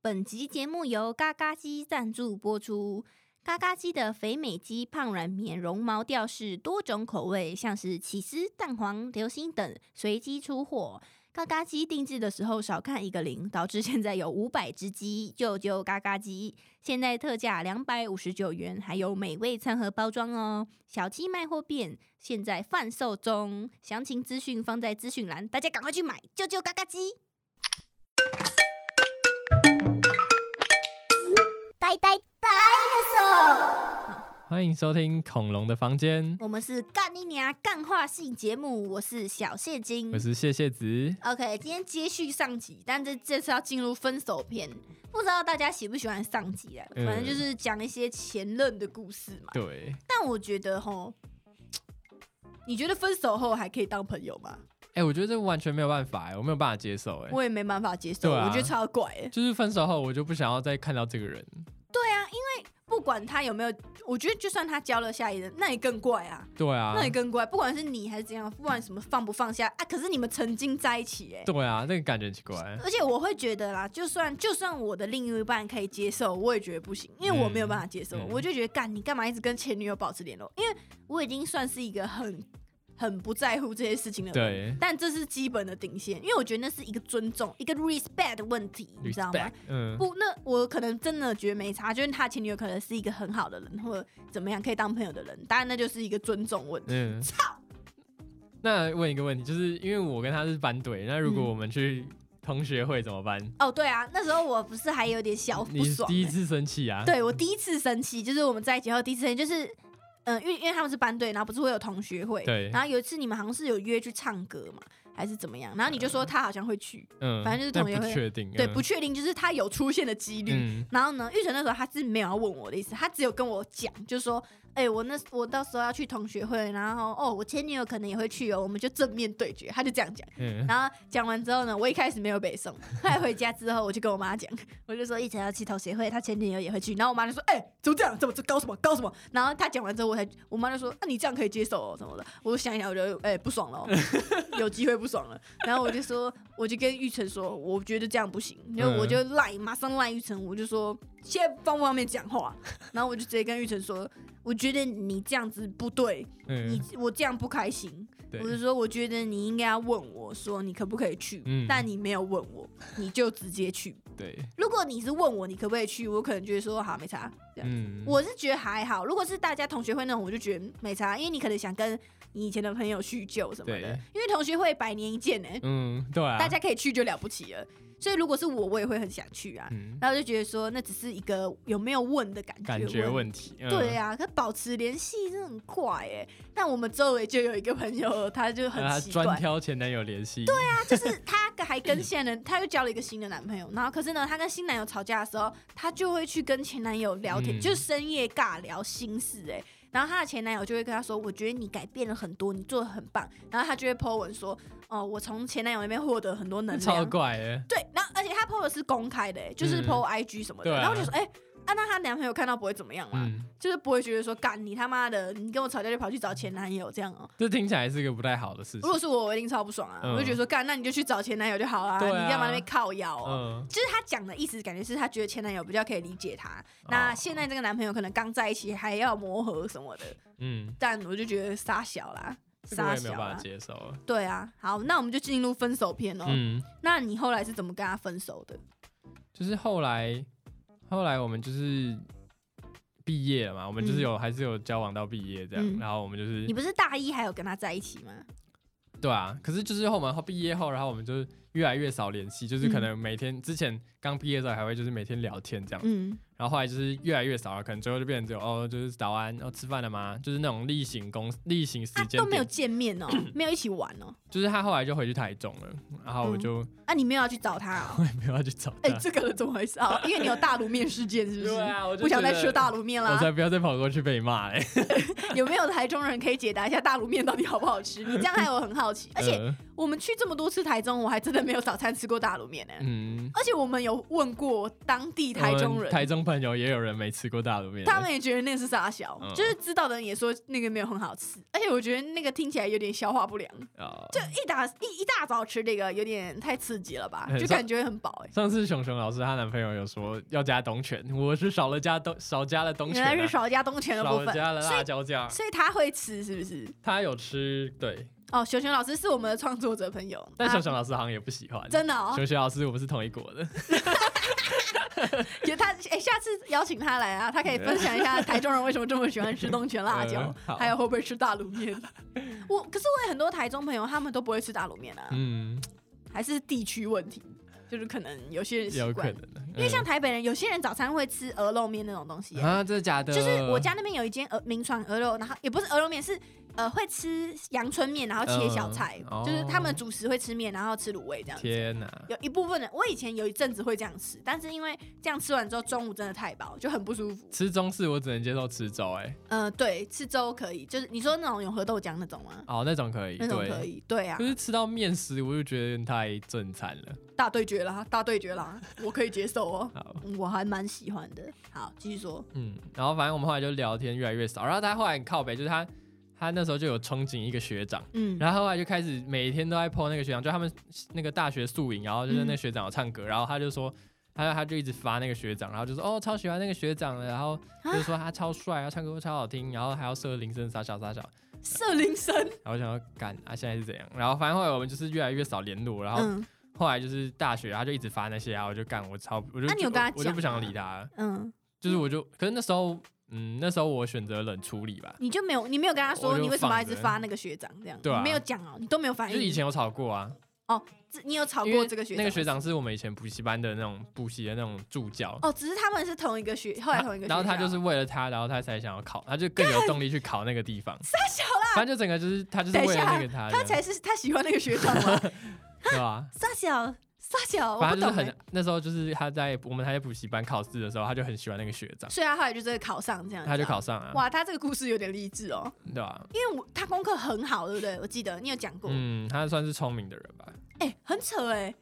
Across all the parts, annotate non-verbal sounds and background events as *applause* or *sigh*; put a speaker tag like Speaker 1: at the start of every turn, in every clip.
Speaker 1: 本集节目由嘎嘎鸡赞助播出。嘎嘎鸡的肥美鸡胖软绵绒毛吊饰多种口味，像是起司、蛋黄、流心等，随机出货。嘎嘎鸡定制的时候少看一个零，导致现在有五百只鸡，救救嘎嘎鸡！现在特价两百五十九元，还有美味餐盒包装哦。小鸡卖货店现在贩售中，详情资讯放在资讯栏，大家赶快去买，救救嘎嘎鸡！
Speaker 2: 呆呆 dinosaur，
Speaker 3: 欢迎收听《恐龙的房间》，
Speaker 1: 我们是干你娘干话系节目，我是小蟹精
Speaker 3: 我。是谢谢子。
Speaker 1: OK，今天接续上集，但这这次要进入分手篇，不知道大家喜不喜欢上集啊？
Speaker 3: 嗯
Speaker 1: 反正就是讲一些前任的故事嘛。
Speaker 3: 对，
Speaker 1: 但我觉得吼，你觉得分手后还可以当朋友吗？
Speaker 3: 哎、我觉得这完全没有办法、哎，我没有办法接受、哎，
Speaker 1: 我也没办法接受，
Speaker 3: 对啊
Speaker 1: 我觉得超怪欸。
Speaker 3: 就是分手后我就不想要再看到这个人。
Speaker 1: 对啊，因为不管他有没有，我觉得就算他交了下一任，那也更怪啊，
Speaker 3: 对啊
Speaker 1: 那，也更怪。不管是你还是怎样，不管什么放不放下啊，可是你们曾经在一起哎、
Speaker 3: 对啊，那个感觉很奇
Speaker 1: *laughs*
Speaker 3: 怪。
Speaker 1: 而且我会觉得啦，就算就算我的另一半可以接受，我也觉得不行，因为我没有办法接受，
Speaker 3: 嗯嗯
Speaker 1: 我就觉得干你干嘛一直跟前女友保持联络？因为我已经算是一个很很不在乎这些事情的人，
Speaker 3: 对
Speaker 1: 但这是基本的底线，因为我觉得那是一个尊重，一个 respect 的问题，你知道吗
Speaker 3: Respect，？嗯，
Speaker 1: 不，那我可能真的觉得没差，就是他前女友可能是一个很好的人，或者怎么样可以当朋友的人，当然那就是一个尊重问题。
Speaker 3: 嗯
Speaker 1: 操，
Speaker 3: 那问一个问题，就是因为我跟他是班队，那如果
Speaker 1: 嗯
Speaker 3: 我们去同学会怎么办？
Speaker 1: 哦，对啊，那时候我不是还有点小不
Speaker 3: 你
Speaker 1: 爽、
Speaker 3: 第一
Speaker 1: 欸
Speaker 3: 次生气啊？，
Speaker 1: 对我第一次生气，就是我们在一起后第一次生气，就是嗯、呃因为因为他们是班队，然后不是会有同学会，
Speaker 3: 对
Speaker 1: 然后有一次你们好像是有约去唱歌嘛，还是怎么样，然后你就说他好像会去，
Speaker 3: 嗯，
Speaker 1: 反正就是
Speaker 3: 但
Speaker 1: 同学会
Speaker 3: 不确定，
Speaker 1: 对，
Speaker 3: 嗯
Speaker 1: 不确定，就是他有出现的几率。
Speaker 3: 嗯，
Speaker 1: 然后呢，玉成那时候他是没有要问我的意思，他只有跟我讲，就说，哎、我那我到时候要去同学会，然后哦，我前女友可能也会去哦，我们就正面对决，他就这样讲。
Speaker 3: 嗯，
Speaker 1: 然后讲完之后呢，我一开始没有北宋，后来回家之后，我就跟我妈讲， *laughs* 我就说一晨要去同学会，他前女友也会去。然后我妈就说：“哎、怎么这样？怎么这搞什么搞什么？”然后他讲完之后，我才我妈就说：“啊，你这样可以接受哦，什么的。”我想一想，我就哎、不爽了哦、 *laughs* 有机会不爽了。然后我就说，我就跟玉成说，我觉得这样不行，然后我就赖，马上赖玉成，我就说现在方不方便讲话？然后我就直接跟玉成说，我觉得你这样子不对，你
Speaker 3: 嗯，
Speaker 1: 我这样不开心。
Speaker 3: 对
Speaker 1: 我，就说，我觉得你应该要问我说你可不可以去，
Speaker 3: 嗯
Speaker 1: 但你没有问我，你就直接去。
Speaker 3: 对，
Speaker 1: 如果你是问我你可不可以去，我可能觉得说好没差这样。
Speaker 3: 嗯，
Speaker 1: 我是觉得还好，如果是大家同学会那种，我就觉得没差，因为你可能想跟你以前的朋友叙旧什么的
Speaker 3: 对，
Speaker 1: 因为同学会百年一见呢、
Speaker 3: 嗯，对啊，
Speaker 1: 大家可以去就了不起了。所以如果是我，我也会很想去啊。
Speaker 3: 嗯，
Speaker 1: 然后就觉得说，那只是一个有没有问的感觉
Speaker 3: 感觉
Speaker 1: 问
Speaker 3: 问题，嗯
Speaker 1: 对呀、可保持联系真的很快哎。但我们周围就有一个朋友，他就
Speaker 3: 让嗯他
Speaker 1: 很奇怪，
Speaker 3: 专挑前男友联系。对啊，
Speaker 1: 他
Speaker 3: *laughs*
Speaker 1: 就是他还跟现任，他又交了一个新的男朋友，然后可是呢，他跟新男友吵架的时候，他就会去跟前男友聊天，
Speaker 3: 嗯
Speaker 1: 就是深夜尬聊心事哎。然后她的前男友就会跟她说：“我觉得你改变了很多，你做的很棒。”然后她就会 po 文说：“哦，我从前男友那边获得很多能
Speaker 3: 超
Speaker 1: 量。”
Speaker 3: 怪哎，
Speaker 1: 对，然后而且她 PO 的是公开的、欸，就是
Speaker 3: 嗯
Speaker 1: PO IG 什么的。
Speaker 3: 对啊
Speaker 1: 然后我就说，哎、啊，那她男朋友看到不会怎么样嘛？
Speaker 3: 嗯，
Speaker 1: 就是不会觉得说，干你他妈的，你跟我吵架就跑去找前男友这样哦、
Speaker 3: 这听起来是一个不太好的事
Speaker 1: 如
Speaker 3: 情。
Speaker 1: 果是我，我一定超不爽啊！
Speaker 3: 嗯
Speaker 1: 我就觉得说，干，那你就去找前男友就好啦，
Speaker 3: 对啊
Speaker 1: 你干嘛那边靠腰、哦？
Speaker 3: 嗯，
Speaker 1: 就是他讲的意思，感觉是他觉得前男友比较可以理解他。
Speaker 3: 哦
Speaker 1: 那现在这个男朋友可能刚在一起，还要磨合什么的，
Speaker 3: 嗯，
Speaker 1: 但我就觉得傻小啦，
Speaker 3: 这个我
Speaker 1: 傻
Speaker 3: 也没
Speaker 1: 小
Speaker 3: 有办
Speaker 1: 啦
Speaker 3: 法。接受。
Speaker 1: 对啊，好，那我们就进入分手篇哦、
Speaker 3: 嗯，
Speaker 1: 那你后来是怎么跟他分手的？
Speaker 3: 就是后来，后来我们就是毕业了嘛，我们就是有、还是有交往到毕业这样，
Speaker 1: 嗯
Speaker 3: 然后我们就
Speaker 1: 你
Speaker 3: 是
Speaker 1: 不是大一还有跟他在一起吗？
Speaker 3: 对啊，可是就是后我们后毕业后，然后我们就是越来越少联系，就是
Speaker 1: 嗯
Speaker 3: 可能每天、之前刚毕业的时候还会就是每天聊天这样，
Speaker 1: 嗯，
Speaker 3: 然后后来就是越来越少了，可能最后就变成只有哦就是早安，哦吃饭了吗？就是那种例行公例行时
Speaker 1: 啊，
Speaker 3: 间
Speaker 1: 都没
Speaker 3: 点、
Speaker 1: 有见面
Speaker 3: *clears throat*
Speaker 1: 哦、没有一起玩哦、
Speaker 3: 就是他后来就回去台中了，然后我
Speaker 1: 嗯
Speaker 3: 就、
Speaker 1: 啊，你没有要去找他、哦？
Speaker 3: 我也没有要去找
Speaker 1: *laughs* 哎、
Speaker 3: 他。
Speaker 1: 这个人怎么回
Speaker 3: *laughs*
Speaker 1: 事啊？因为你有大卤面事件，是不是？
Speaker 3: 对啊我就
Speaker 1: 不想再
Speaker 3: 觉得
Speaker 1: 吃大卤面啦
Speaker 3: 我。才不要再跑过去被骂欸嘞！
Speaker 1: *laughs* 有没有台中人
Speaker 3: *laughs*
Speaker 1: 可以解答一下大卤面到底好不好吃？你这样害我很好奇。而且
Speaker 3: 呃
Speaker 1: 我们去这么多次台中，我还真的人没有早餐吃过大卤面呢、
Speaker 3: 嗯，
Speaker 1: 而且我们有问过当地台
Speaker 3: 我
Speaker 1: 中
Speaker 3: 们
Speaker 1: 人，
Speaker 3: 台中朋友也有人没吃过大卤面的，
Speaker 1: 他们也觉得那是傻小，
Speaker 3: 嗯
Speaker 1: 就是知道的人也说那个没有很好吃，而且我觉得那个听起来有点消化不良，
Speaker 3: 啊。
Speaker 1: 就一大一一大早吃这个有点太刺激了吧，
Speaker 3: 很
Speaker 1: 就
Speaker 3: 少
Speaker 1: 感觉很饱哎、
Speaker 3: 上次熊熊老师她男朋友有说要加冬卷，我是少了加冬少加了冬
Speaker 1: 原
Speaker 3: 卷、
Speaker 1: 来是
Speaker 3: 啊，
Speaker 1: 少加冬钱的部
Speaker 3: 少
Speaker 1: 分，
Speaker 3: 加了
Speaker 1: 所
Speaker 3: 辣
Speaker 1: 以
Speaker 3: 椒酱。
Speaker 1: 所以他会吃是不是？
Speaker 3: 他有吃对，
Speaker 1: 哦，熊熊老师是我们的创作者朋友，
Speaker 3: 但
Speaker 1: 啊
Speaker 3: 熊熊老师好像也不喜欢。
Speaker 1: 真的哦，
Speaker 3: 熊熊老师，我们是同一国的。
Speaker 1: 也他哎、下次邀请他来啊，他可以分享一下台中人为什么这么喜欢吃东泉辣椒
Speaker 3: 嗯，好
Speaker 1: 还有会不会吃大卤面。我可是我有很多台中朋友，他们都不会吃大卤面啊，
Speaker 3: 嗯，
Speaker 1: 还是地区问题，就是可能有些人习
Speaker 3: 有可
Speaker 1: 惯。
Speaker 3: 能的。
Speaker 1: 因为像台北人，有些人早餐会吃鹅肉面那种东西
Speaker 3: 嗯
Speaker 1: 耶、
Speaker 3: 啊，真的假的？
Speaker 1: 就是我家那边有一间鹅名传鹅肉，然后也不是鹅肉面，是呃会吃阳春面，然后切小菜，
Speaker 3: 嗯哦
Speaker 1: 就是他们主食会吃面，然后吃卤味这样子。
Speaker 3: 天哪，
Speaker 1: 有一部分人，我以前有一阵子会这样吃，但是因为这样吃完之后，中午真的太饱，就很不舒服。
Speaker 3: 吃中式我只能接受吃粥，哎，
Speaker 1: 呃，对，吃粥可以，就是你说那种永和豆浆那种吗？
Speaker 3: 哦，那种可以，
Speaker 1: 那种可
Speaker 3: 对。
Speaker 1: 以，对啊
Speaker 3: 可，是吃到面食，我就觉得有点太正餐了。
Speaker 1: 大对决啦，大对决
Speaker 3: *laughs*
Speaker 1: 啦，我可以接受哦，
Speaker 3: 好，
Speaker 1: 嗯我还蛮喜欢的。好，继续说，
Speaker 3: 嗯，然后反正我们后来就聊天越来越少，然后他后来很靠北，就是他他那时候就有憧憬一个学长，
Speaker 1: 嗯，
Speaker 3: 然后后来就开始每天都在 po 那个学长，就他们那个大学宿营，然后就是那
Speaker 1: 嗯
Speaker 3: 学长有唱歌，然后他就说。他他就一直发那个学长，然后就说哦超喜欢那个学长的，然后
Speaker 1: 啊
Speaker 3: 就说他超帅，他唱歌超好听，然后还要设铃声傻小傻小，
Speaker 1: 社林生，
Speaker 3: 然后我想要干啊现在是怎样？然后反正后来我们就是越来越少联络，然后
Speaker 1: 嗯
Speaker 3: 后来就是大学他就一直发那些啊，我就干我超我就、
Speaker 1: 那你有跟他
Speaker 3: 我就不
Speaker 1: 讲
Speaker 3: 想
Speaker 1: 吗
Speaker 3: 理他了，
Speaker 1: 嗯，
Speaker 3: 就是我就可是那时候嗯那时候我选择冷处理吧，
Speaker 1: 你就没有，你没有跟他
Speaker 3: 我
Speaker 1: 说
Speaker 3: 就
Speaker 1: 你为什么要一直
Speaker 3: 放着
Speaker 1: 发那个学长这样，
Speaker 3: 对啊
Speaker 1: 你没有讲哦，你都没有反
Speaker 3: 就是
Speaker 1: 应。
Speaker 3: 以前有吵过啊，
Speaker 1: 这你有吵
Speaker 3: 因
Speaker 1: 过
Speaker 3: 为
Speaker 1: 这个学长？
Speaker 3: 那个学长是我们以前补习班的那种补习的那种助教，
Speaker 1: 哦，只是他们是同一个学，后来同一个学
Speaker 3: 然
Speaker 1: 校，
Speaker 3: 后他就是为了他，然后他才想要考，他就更有动力去考那
Speaker 1: *laughs*
Speaker 3: 个地方。
Speaker 1: 他小啦，
Speaker 3: 反正就整个就是他就是
Speaker 1: 等一
Speaker 3: 为了
Speaker 1: 下
Speaker 3: 那个他
Speaker 1: 他
Speaker 3: 这
Speaker 1: 才
Speaker 3: 样，
Speaker 1: 是他喜欢那个学长吗？
Speaker 3: 对吧？
Speaker 1: 傻小傻小， *laughs* 我
Speaker 3: 反
Speaker 1: 不
Speaker 3: 正就
Speaker 1: 懂
Speaker 3: 是
Speaker 1: 欸
Speaker 3: 很。那时候就是他在我们还在补习班考试的时候，他就很喜欢那个学长，
Speaker 1: 所以他后来就真的考上这样，
Speaker 3: 他就。考上啊，
Speaker 1: 哇，他这个故事有点励志哦，
Speaker 3: 对啊吧？
Speaker 1: 因为我他功课很好，对不对？我记得你有讲过，哎、
Speaker 3: 嗯，他算是聪明的人吧？
Speaker 1: 很扯哎、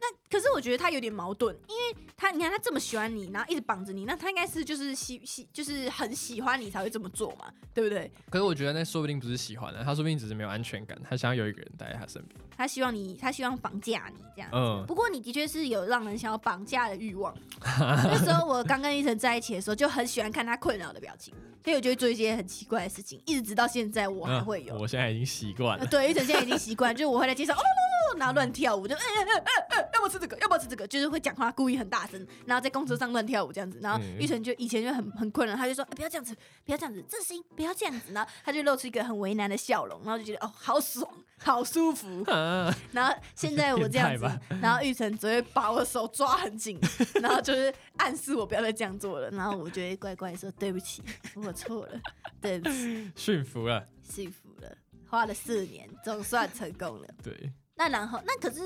Speaker 1: 那可是我觉得他有点矛盾，因为他你看他这么喜欢你，然后一直绑着你，那他应该是就是喜喜就是很喜欢你才会这么做嘛，对不对？
Speaker 3: 可是我觉得那说不定不是喜欢的，啊他说不定只是没有安全感，他想要有一个人待在他身边。
Speaker 1: 他希望你，他希望绑架你这样。
Speaker 3: 嗯
Speaker 1: 不过你的确是有让人想要绑架的欲望。 *laughs* 那时候我刚跟医生在一起的时候，就很喜欢看他困扰的表情，所以我就会做一些很奇怪的事情，一直直到现在我还会有。
Speaker 3: 嗯我现在已经习惯
Speaker 1: 呃 *laughs*
Speaker 3: 了。
Speaker 1: 对，一整现在已经习惯，就是我会在街上哦哦，然后乱跳舞，就嗯嗯嗯嗯，要不要吃这个，要不要吃这个，就是会讲话故意很大声，然后在公车上乱跳舞这样子。然后
Speaker 3: 嗯
Speaker 1: 玉成就以前就很很困扰，他就说、哎不要这样子，不要这样子，这行不要这样子。然后他就露出一个很为难的笑容，然后就觉得哦好爽，好舒服。
Speaker 3: 啊
Speaker 1: 然后现在我这样子
Speaker 3: *laughs* 变态，
Speaker 1: 然后玉成只会把我的手抓很紧， *laughs* 然后就是暗示我不要再这样做了。然后我就会乖乖地说对不起，我错了， *laughs* 对不起，
Speaker 3: 驯服了，
Speaker 1: 幸福了，花了四年，总算成功了。
Speaker 3: 对。
Speaker 1: 那然后，那可是，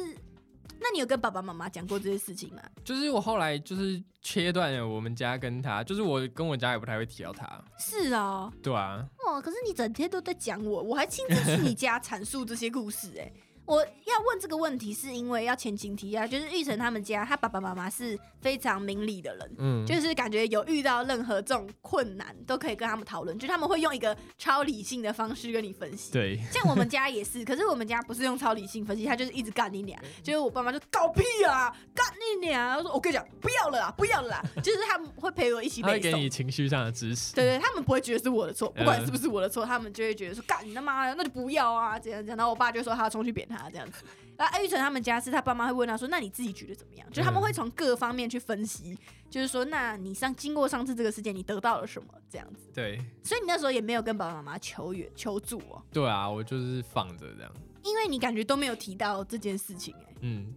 Speaker 1: 那你有跟爸爸妈妈讲过这些事情吗？
Speaker 3: 就是我后来就是切断了我们家跟他，就是我跟我家也不太会提到他，
Speaker 1: 是哦，
Speaker 3: 对啊，
Speaker 1: 哦，可是你整天都在讲我，我还亲自去你家阐述这些故事哎、我要问这个问题，是因为要前情提要，就是玉成他们家，他爸爸妈妈是非常明理的人，
Speaker 3: 嗯，
Speaker 1: 就是感觉有遇到任何这种困难，都可以跟他们讨论，就是他们会用一个超理性的方式跟你分析。
Speaker 3: 对，
Speaker 1: 像我们家也是，可是我们家不是用超理性分析，他就是一直干你俩，就是我爸妈就搞屁啊，干你俩，我说我跟你讲，不要了啦，不要了啦，就是他们会陪我一起
Speaker 3: 他会
Speaker 1: 背
Speaker 3: 给
Speaker 1: 诵
Speaker 3: 你。情绪上的支持，
Speaker 1: 对对，他们不会觉得是我的错，不管
Speaker 3: 嗯
Speaker 1: 是不是我的错，他们就会觉得说干你他妈的，那就不要啊，怎样怎样。然后我爸就说他要冲去扁他这样子。然后玉成他们家是他爸妈会问他说，那你自己觉得怎么样？就是他们
Speaker 3: 嗯
Speaker 1: 会从各方面去分析，就是说，那你上经过上次这个事件，你得到了什么这样子。
Speaker 3: 对
Speaker 1: 所以你那时候也没有跟爸爸妈妈求援求助哦。
Speaker 3: 对啊，我就是放着这样，
Speaker 1: 因为你感觉都没有提到这件事情、哎，
Speaker 3: 嗯，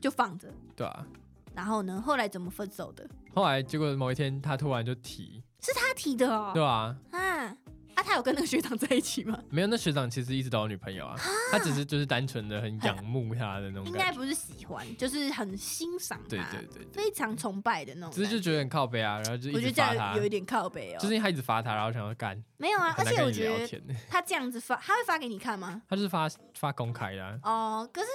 Speaker 1: 就放着。
Speaker 3: 对啊。
Speaker 1: 然后呢，后来怎么分手的？
Speaker 3: 后来结果某一天他突然就提，
Speaker 1: 是他提的哦、
Speaker 3: 对啊，
Speaker 1: 啊啊，他有跟那个学长在一起吗？
Speaker 3: 没有那学长其实一直都有女朋友啊，他只是就是单纯的很仰慕他的那种
Speaker 1: 应该
Speaker 3: 感觉，
Speaker 1: 不是喜欢，就是很欣赏他，
Speaker 3: 对对对，对
Speaker 1: 非常崇拜的那种
Speaker 3: 只
Speaker 1: 感
Speaker 3: 是就
Speaker 1: 觉。
Speaker 3: 觉得很靠背啊，然后就
Speaker 1: 我觉得
Speaker 3: 一直
Speaker 1: 这
Speaker 3: 发
Speaker 1: 样
Speaker 3: 他
Speaker 1: 有，一点靠北哦、
Speaker 3: 就是因为他一直发他，然后想要干，
Speaker 1: 没有啊，而
Speaker 3: 很难
Speaker 1: 且
Speaker 3: 跟
Speaker 1: 我
Speaker 3: 你
Speaker 1: 觉
Speaker 3: 聊
Speaker 1: 得
Speaker 3: 天， *laughs*
Speaker 1: 他这样子发，他会发给你看吗？
Speaker 3: 他就是发发公开的啊，
Speaker 1: 哦，可是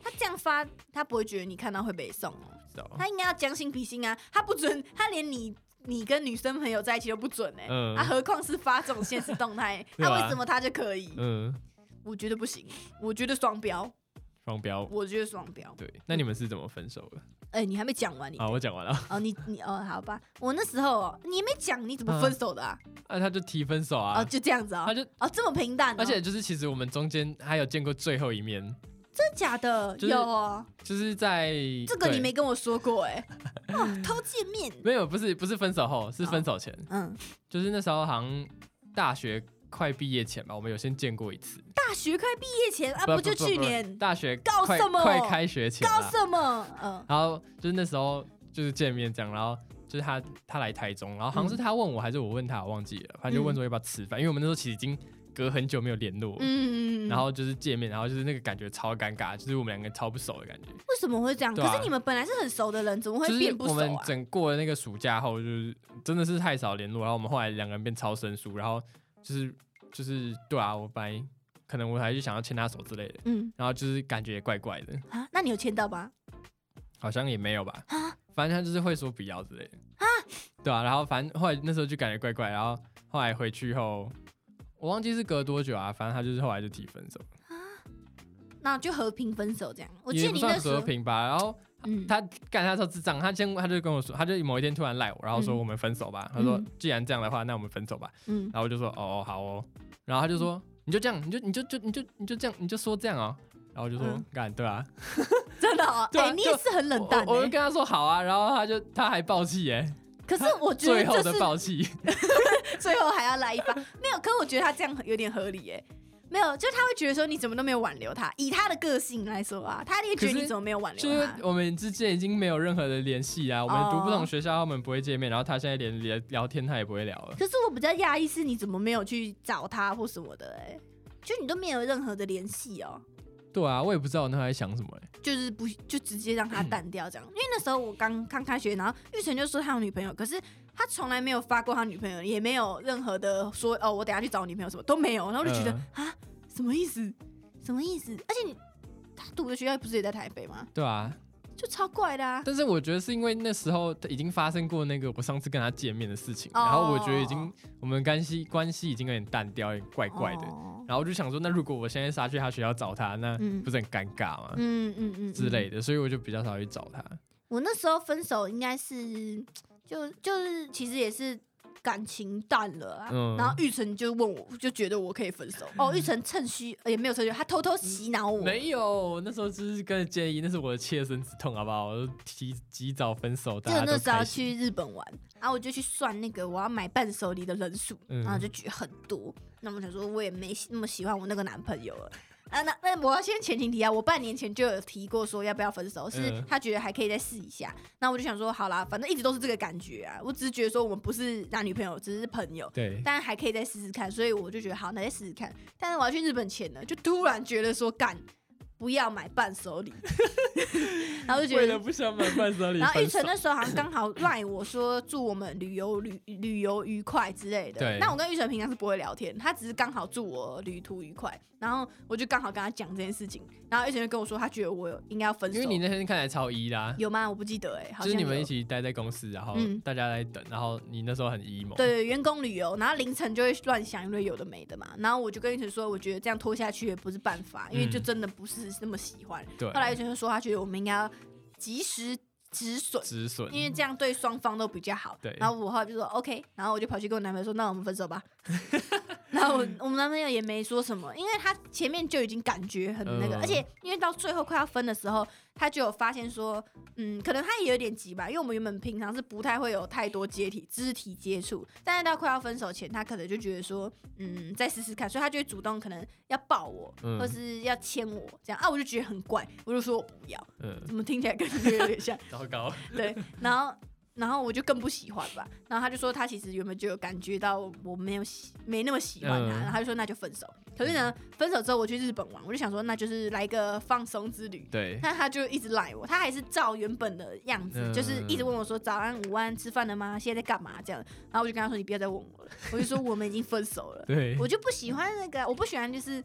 Speaker 1: 他这样发，他不会觉得你看到会被送哦，
Speaker 3: 知道吗？
Speaker 1: 他应该要将心比心啊，他不准，他连你你跟女生朋友在一起都不准哎、
Speaker 3: 嗯
Speaker 1: 啊，何况是发这种现实动
Speaker 3: *laughs*
Speaker 1: 态，
Speaker 3: 对
Speaker 1: 那、
Speaker 3: 啊
Speaker 1: 为什么他就可以？
Speaker 3: 嗯，
Speaker 1: 我觉得不行，我觉得双标，
Speaker 3: 双标。
Speaker 1: 我觉得双标。
Speaker 3: 对，那你们是怎么分手的？
Speaker 1: 哎、你还没讲完你
Speaker 3: 啊，我讲完了。 *laughs*
Speaker 1: 哦，你你哦，好吧，我那时候哦，你没讲你怎么分手的啊？
Speaker 3: 啊，他就提分手
Speaker 1: 哦，
Speaker 3: 啊，
Speaker 1: 就这样子
Speaker 3: 他
Speaker 1: 哦，
Speaker 3: 就，
Speaker 1: 哦，这么平淡哦、
Speaker 3: 而且就是其实我们中间还有见过最后一面，
Speaker 1: 真假的、
Speaker 3: 就是
Speaker 1: 有哦，
Speaker 3: 就是在
Speaker 1: 这个你
Speaker 3: 对
Speaker 1: 没跟我说过
Speaker 3: *laughs*
Speaker 1: 哎、哦，偷见面，
Speaker 3: 没有，不是不是分手后，是分手前，
Speaker 1: 嗯，
Speaker 3: 就是那时候好像大学快毕业前吧，我们有先见过一次。
Speaker 1: 大学快毕业前啊，不就去年？
Speaker 3: 大学
Speaker 1: 搞
Speaker 3: 快
Speaker 1: 什么
Speaker 3: 快开学前
Speaker 1: 搞
Speaker 3: 啦，
Speaker 1: 什么？嗯，
Speaker 3: 然后就是那时候就是见面这样，然后就是他他来台中，然后好像是他问我还是我问他，我忘记了，反正就问说要不要吃饭，因为我们那时候其实已经隔很久没有联络了。
Speaker 1: 嗯，
Speaker 3: 然后就是见面，然后就是那个感觉超尴尬，就是我们两个超不熟的感觉。
Speaker 1: 为什么会这样？
Speaker 3: 对啊
Speaker 1: 可是你们本来是很熟的人，怎么会
Speaker 3: 就是
Speaker 1: 变不
Speaker 3: 我
Speaker 1: 熟
Speaker 3: 们
Speaker 1: 啊？
Speaker 3: 整过了那个暑假后，就是真的是太少联络，然后我们后来两个人变超生疏，然后就是就是对啊，我本来可能我还是想要牵他手之类的，
Speaker 1: 嗯
Speaker 3: 然后就是感觉也怪怪的，
Speaker 1: 啊，那你有签到吧？
Speaker 3: 好像也没有吧，
Speaker 1: 啊，
Speaker 3: 反正他就是会说不要之类的对啊，然后反正后来那时候就感觉怪怪，然后后来回去后，我忘记是隔多久啊，反正他就是后来就提分手，
Speaker 1: 那就和平分手这样。我记
Speaker 3: 也
Speaker 1: 得
Speaker 3: 不
Speaker 1: 你那
Speaker 3: 算
Speaker 1: 时候，
Speaker 3: 和平吧，然后。
Speaker 1: 嗯，
Speaker 3: 他干他超智障，他先他就跟我说，他就某一天突然赖我，然后说
Speaker 1: 嗯
Speaker 3: 我们分手吧。他说
Speaker 1: 嗯
Speaker 3: 既然这样的话，那我们分手吧。
Speaker 1: 嗯，
Speaker 3: 然后我就说哦哦好哦，然后他就说你就这样，你就你就就你就你就这样，你就说这样哦。然后我就说
Speaker 1: 嗯
Speaker 3: 干对啊，
Speaker 1: 真的哦，
Speaker 3: 对啊
Speaker 1: 哎，你也是很冷淡
Speaker 3: 我我就
Speaker 1: 哎
Speaker 3: 跟。他说好啊，然后他就他还爆气耶，
Speaker 1: 可是我觉得
Speaker 3: 最后
Speaker 1: 这
Speaker 3: 的
Speaker 1: 是
Speaker 3: 爆气， *laughs*
Speaker 1: 最后还要来一发，没有。可我觉得他这样有点合理哎。没有，就是他会觉得说你怎么都没有挽留他，以他的个性来说啊，他也觉得
Speaker 3: 可是
Speaker 1: 你怎么没有挽
Speaker 3: 就
Speaker 1: 留
Speaker 3: 是
Speaker 1: 他。
Speaker 3: 我们之间已经没有任何的联系啊，我们读不同
Speaker 1: 哦
Speaker 3: 学校，他们不会见面，然后他现在连连聊天他也不会聊了。
Speaker 1: 可是我比较讶异是你怎么没有去找他或什么的哎、就你都没有任何的联系哦，
Speaker 3: 对啊，我也不知道我那时候在想什么耶欸
Speaker 1: 就是不就直接让
Speaker 3: 嗯
Speaker 1: 他淡掉这样。因为那时候我刚刚开学，然后玉成就说他有女朋友，可是他从来没有发过他女朋友，也没有任何的说哦，我等下去找我女朋友什么都没有，然后我就觉得啊、
Speaker 3: 嗯
Speaker 1: 什么意思？什么意思？而且你他读的学校不是也在台北吗？
Speaker 3: 对啊，
Speaker 1: 就超怪的啊！
Speaker 3: *laughs* 但是我觉得是因为那时候已经发生过那个我上次跟他见面的事情，
Speaker 1: 哦
Speaker 3: 然后我觉得已经我们关系关系已经有点淡掉，有点怪怪的。
Speaker 1: 哦
Speaker 3: 然后我就想说，那如果我现在杀去他学校找他，那
Speaker 1: 嗯
Speaker 3: 不是很尴尬吗？
Speaker 1: 嗯嗯嗯
Speaker 3: 之类
Speaker 1: 的。
Speaker 3: 的，所以我就比较少去找他。
Speaker 1: 我那时候分手应该是就就是其实也是感情淡了啊。
Speaker 3: 嗯
Speaker 1: 然后玉成就问我，就觉得我可以分手哦。玉成趁虚呃也没有趁虚，他偷偷洗脑我。
Speaker 3: 没有，那时候就是跟着建议，那是我的切身之痛，好不好？我就提及早分手，
Speaker 1: 就
Speaker 3: 大家
Speaker 1: 那
Speaker 3: 都
Speaker 1: 时候
Speaker 3: 开
Speaker 1: 去
Speaker 3: 心。
Speaker 1: 日本玩，然后我就去算那个我要买伴手礼的人数，
Speaker 3: 嗯
Speaker 1: 然后就举很多。那我想说，我也没喜那么喜欢我那个男朋友了。啊，那那我要先前情提啊，我半年前就有提过说要不要分手，是
Speaker 3: 嗯
Speaker 1: 他觉得还可以再试一下。那我就想说，好啦，反正一直都是这个感觉啊，我只是觉得说我们不是男女朋友，只是朋友，
Speaker 3: 对，
Speaker 1: 但还可以再试试看，所以我就觉得好，那再试试看。但是我要去日本前呢，就突然觉得说干，不要买伴手
Speaker 3: *laughs*
Speaker 1: 礼，然后就觉得
Speaker 3: 为了不想买伴手礼
Speaker 1: 然后玉
Speaker 3: 分手
Speaker 1: 成。那时候好像刚好 *coughs* 赖我说祝我们旅游旅旅游愉快之类的。
Speaker 3: 对
Speaker 1: 那我跟玉成平常是不会聊天，他只是刚好祝我旅途愉快，然后我就刚好跟他讲这件事情，然后玉成就跟我说他觉得我有应该要分手。
Speaker 3: 因为你那天看起来超一啦，
Speaker 1: 有吗？我不记得哎、好
Speaker 3: 就
Speaker 1: 像
Speaker 3: 是你们
Speaker 1: 有
Speaker 3: 一。起待在公司，然后
Speaker 1: 嗯
Speaker 3: 大家在等，然后你那时候很 emo。
Speaker 1: 对对，员工旅游，然后凌晨就会乱想一堆有的没的嘛。然后我就跟玉成说，我觉得这样拖下去也不是办法，因为就
Speaker 3: 嗯
Speaker 1: 真的不是那么喜欢。
Speaker 3: 对，
Speaker 1: 后来玉成就说，他觉得我们应该要及时止损。
Speaker 3: 止损，
Speaker 1: 因为这样对双方都比较好。
Speaker 3: 对
Speaker 1: 然后我后来就说 OK，然后我就跑去跟我男朋友说，那我们分手吧。 *laughs* 然后我我们男朋友也没说什么，因为他前面就已经感觉很那个，
Speaker 3: 嗯
Speaker 1: 而且因为到最后快要分的时候，他就有发现说，嗯，可能他也有点急吧，因为我们原本平常是不太会有太多接体肢体接触，但是到快要分手前，他可能就觉得说，嗯，再试试看，所以他就会主动可能要抱我，
Speaker 3: 嗯
Speaker 1: 或是要牵我这样啊，我就觉得很怪，我就说我不要，
Speaker 3: 嗯，
Speaker 1: 怎么听起来跟你有点像？
Speaker 3: 糟糕，
Speaker 1: 对，然后然后我就更不喜欢吧。然后他就说他其实原本就有感觉到我没有喜没那么喜欢他，
Speaker 3: 嗯
Speaker 1: 然后他就说那就分手。可是呢，分手之后我去日本玩，我就想说那就是来一个放松之旅。
Speaker 3: *laughs* 对，
Speaker 1: 但他就一直赖我，他还是照原本的样子，
Speaker 3: 嗯
Speaker 1: 就是一直问我说早安、午安、吃饭了吗？现在在干嘛？这样，然后我就跟他说啊你不要再问我了，我就说我们已经分手了，
Speaker 3: *laughs* 对
Speaker 1: 我，就不喜欢那个，我不喜欢就是。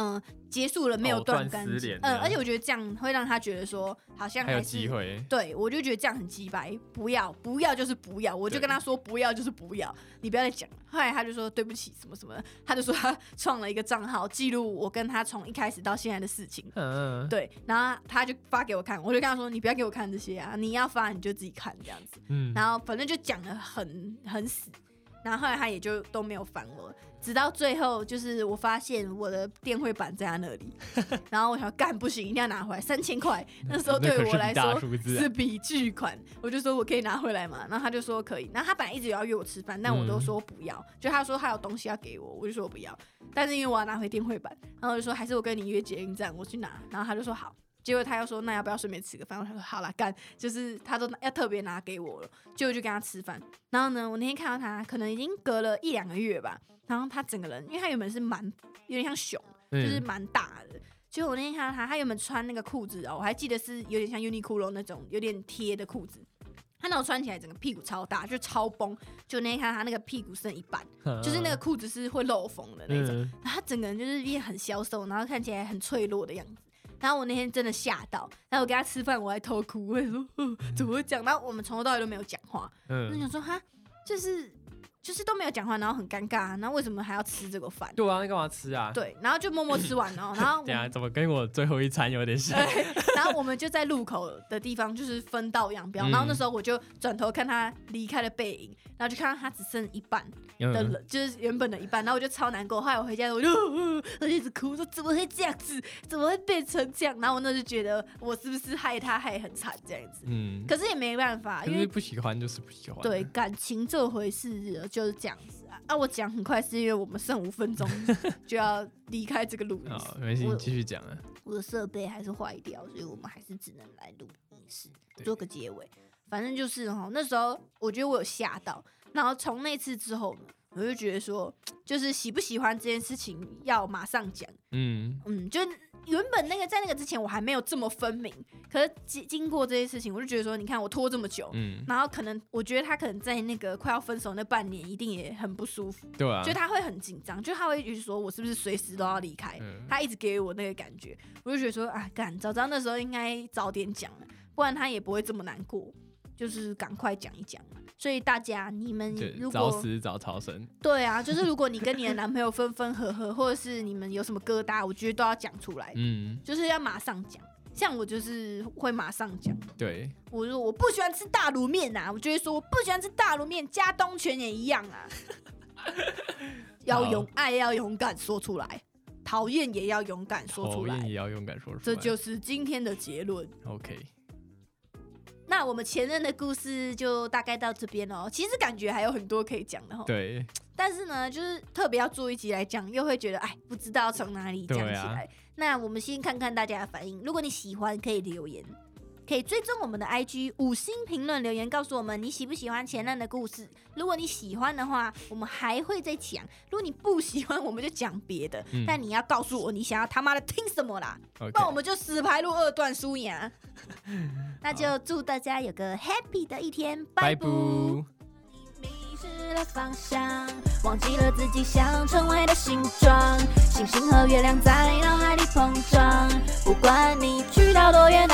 Speaker 1: 嗯、结束了没有
Speaker 3: 藕断
Speaker 1: 断干
Speaker 3: 丝
Speaker 1: 净
Speaker 3: 连，
Speaker 1: 嗯、
Speaker 3: 这样
Speaker 1: 而且我觉得这样会让他觉得说好像
Speaker 3: 还有
Speaker 1: 还
Speaker 3: 机
Speaker 1: 是。
Speaker 3: 会。
Speaker 1: 对，我就觉得这样很鸡掰，不要不要就是不要，我就
Speaker 3: 对
Speaker 1: 跟他说不要就是不要，你不要再讲了。后来他就说对不起什么什么的，他就说他 *laughs* 创了一个账号记录我跟他从一开始到现在的事情。
Speaker 3: 嗯，
Speaker 1: 对，然后他就发给我看，我就跟他说：“你不要给我看这些啊，你要发你就自己看这样子。”
Speaker 3: 嗯，
Speaker 1: 然后反正就讲的很很死，然后后来他也就都没有烦我，直到最后就是我发现我的电绘板在他那
Speaker 3: *laughs*
Speaker 1: 里，然后我想干不行，一定要拿回来三千块，那时候
Speaker 3: 嗯那
Speaker 1: 对
Speaker 3: 可
Speaker 1: 我
Speaker 3: 是
Speaker 1: 来
Speaker 3: 笔大
Speaker 1: 说
Speaker 3: 数字啊
Speaker 1: 是笔巨款，我就说我可以拿回来嘛，然后他就说可以，然后他本来一直有要约我吃饭，但我都
Speaker 3: 嗯
Speaker 1: 说不要，就他说他有东西要给我，我就说我不要，但是因为我要拿回电绘板，然后我就说还是我跟你约捷运站，我去拿，然后他就说好。结果他又说，那要不要顺便吃个饭？我想说好啦，干，就是他都要特别拿给我了，结果就跟他吃饭。然后呢，我那天看到他，可能已经隔了一两个月吧，然后他整个人，因为他原本是蛮有点像熊，
Speaker 3: 就
Speaker 1: 就是蛮大的。结果我那天看到他，他原本穿那个裤子哦，我还记得是有点像 Uniqlo 那种有点贴的裤子。他那种穿起来整个屁股超大，就超崩。就那天看到他那个屁股剩一半，就是那个裤子是会漏风的那种。
Speaker 3: *laughs* 嗯
Speaker 1: 然后他整个人就是变很消瘦，然后看起来很脆弱的样子。然后我那天真的吓到，然后我跟他吃饭，我还偷哭，我也说呃怎么会讲？然后我们从头到尾都没有讲话，我就
Speaker 3: 嗯，
Speaker 1: 想说哈，就是就是都没有讲话，然后很尴尬，然后为什么还要吃这个饭？
Speaker 3: 对啊，那干嘛吃啊？，
Speaker 1: 对，然后就默默吃完哦，然后我
Speaker 3: 对啊，
Speaker 1: 们
Speaker 3: 怎么跟我最后一餐有点像？
Speaker 1: 然后我们就在路口的地方就是分道扬镳，
Speaker 3: 嗯
Speaker 1: 然后那时候我就转头看他离开的背影，然后就看到他只剩一半，的
Speaker 3: *laughs* 嗯
Speaker 1: 人，就是原本的一半，然后我就超难过。后来我回家，我就、呃、我就一直哭，说怎么会这样子，怎么会变成这样？然后我那时候就觉得我是不是害他害很惨这样子？
Speaker 3: 嗯，
Speaker 1: 可是也没办法，
Speaker 3: 可
Speaker 1: 因
Speaker 3: 是
Speaker 1: 为
Speaker 3: 不啊喜欢就是不喜欢。
Speaker 1: 对，感情这回事就是这样子啊。啊，我讲很快是因为我们剩五分
Speaker 3: *laughs*
Speaker 1: 钟就要离开这个录音
Speaker 3: 好，
Speaker 1: 室，
Speaker 3: 啊没事，
Speaker 1: 我
Speaker 3: 你继续讲啊。
Speaker 1: 我的设备还是坏掉，所以我们还是只能来录音室
Speaker 3: 对
Speaker 1: 做个结尾。反正就是哦，那时候我觉得我有吓到，然后从那次之后呢，我就觉得说，就是喜不喜欢这件事情要马上讲。
Speaker 3: 嗯，
Speaker 1: 嗯，就原本那个在那个之前我还没有这么分明，可是经经过这些事情，我就觉得说，你看我拖这么久。
Speaker 3: 嗯，
Speaker 1: 然后可能，我觉得他可能在那个快要分手那半年，一定也很不舒服，
Speaker 3: 对啊
Speaker 1: 就，他会很紧张，就他会一直说我是不是随时都要离开，
Speaker 3: 嗯，
Speaker 1: 他一直给我那个感觉，我就觉得说啊，干，早知道那时候应该早点讲了，不然他也不会这么难过。就是赶快讲一讲嘛。所以大家，你们
Speaker 3: 就
Speaker 1: 如
Speaker 3: 早
Speaker 1: 果
Speaker 3: 死早超生。
Speaker 1: 对啊，就是如果你跟你的男朋友分分合合，或者是你们有什么疙瘩，我觉得都要讲出来，
Speaker 3: 嗯，
Speaker 1: 就是要马上讲。像我就是会马上讲，
Speaker 3: 对，
Speaker 1: 我说我不喜欢吃大卤面呐，我就会说我不喜欢吃大卤面，加东泉也一样
Speaker 3: *laughs*
Speaker 1: 啊。要勇爱要勇敢说出来，讨厌也要勇敢说出
Speaker 3: 讨
Speaker 1: 来
Speaker 3: 厌。也要勇敢说出
Speaker 1: 这
Speaker 3: 来。
Speaker 1: 就是今天的结论。
Speaker 3: OK。
Speaker 1: 那我们前任的故事就大概到这边哦。其实感觉还有很多可以讲的哦，
Speaker 3: 对，
Speaker 1: 但是呢，就是特别要做一集来讲，又会觉得哎，不知道从哪里讲起
Speaker 3: 对啊
Speaker 1: 来。那我们先看看大家的反应。如果你喜欢，可以留言，可以追踪我们的 IG 五星评论留言，告诉我们你喜不喜欢前任的故事。如果你喜欢的话，我们还会再讲；如果你不喜欢，我们就讲别的。
Speaker 3: 嗯
Speaker 1: 但你要告诉我你想要他妈的听什么啦。
Speaker 3: OK，
Speaker 1: 不然我们就死排路二段输赢
Speaker 3: *laughs*
Speaker 1: 啊。那就祝大家有个 happy 的一天，拜
Speaker 3: 拜
Speaker 1: 拜。
Speaker 3: 拜。
Speaker 2: 迷失了方向，忘记了自己想成为的形状。星星和月亮在脑海里碰撞，不管你去到多远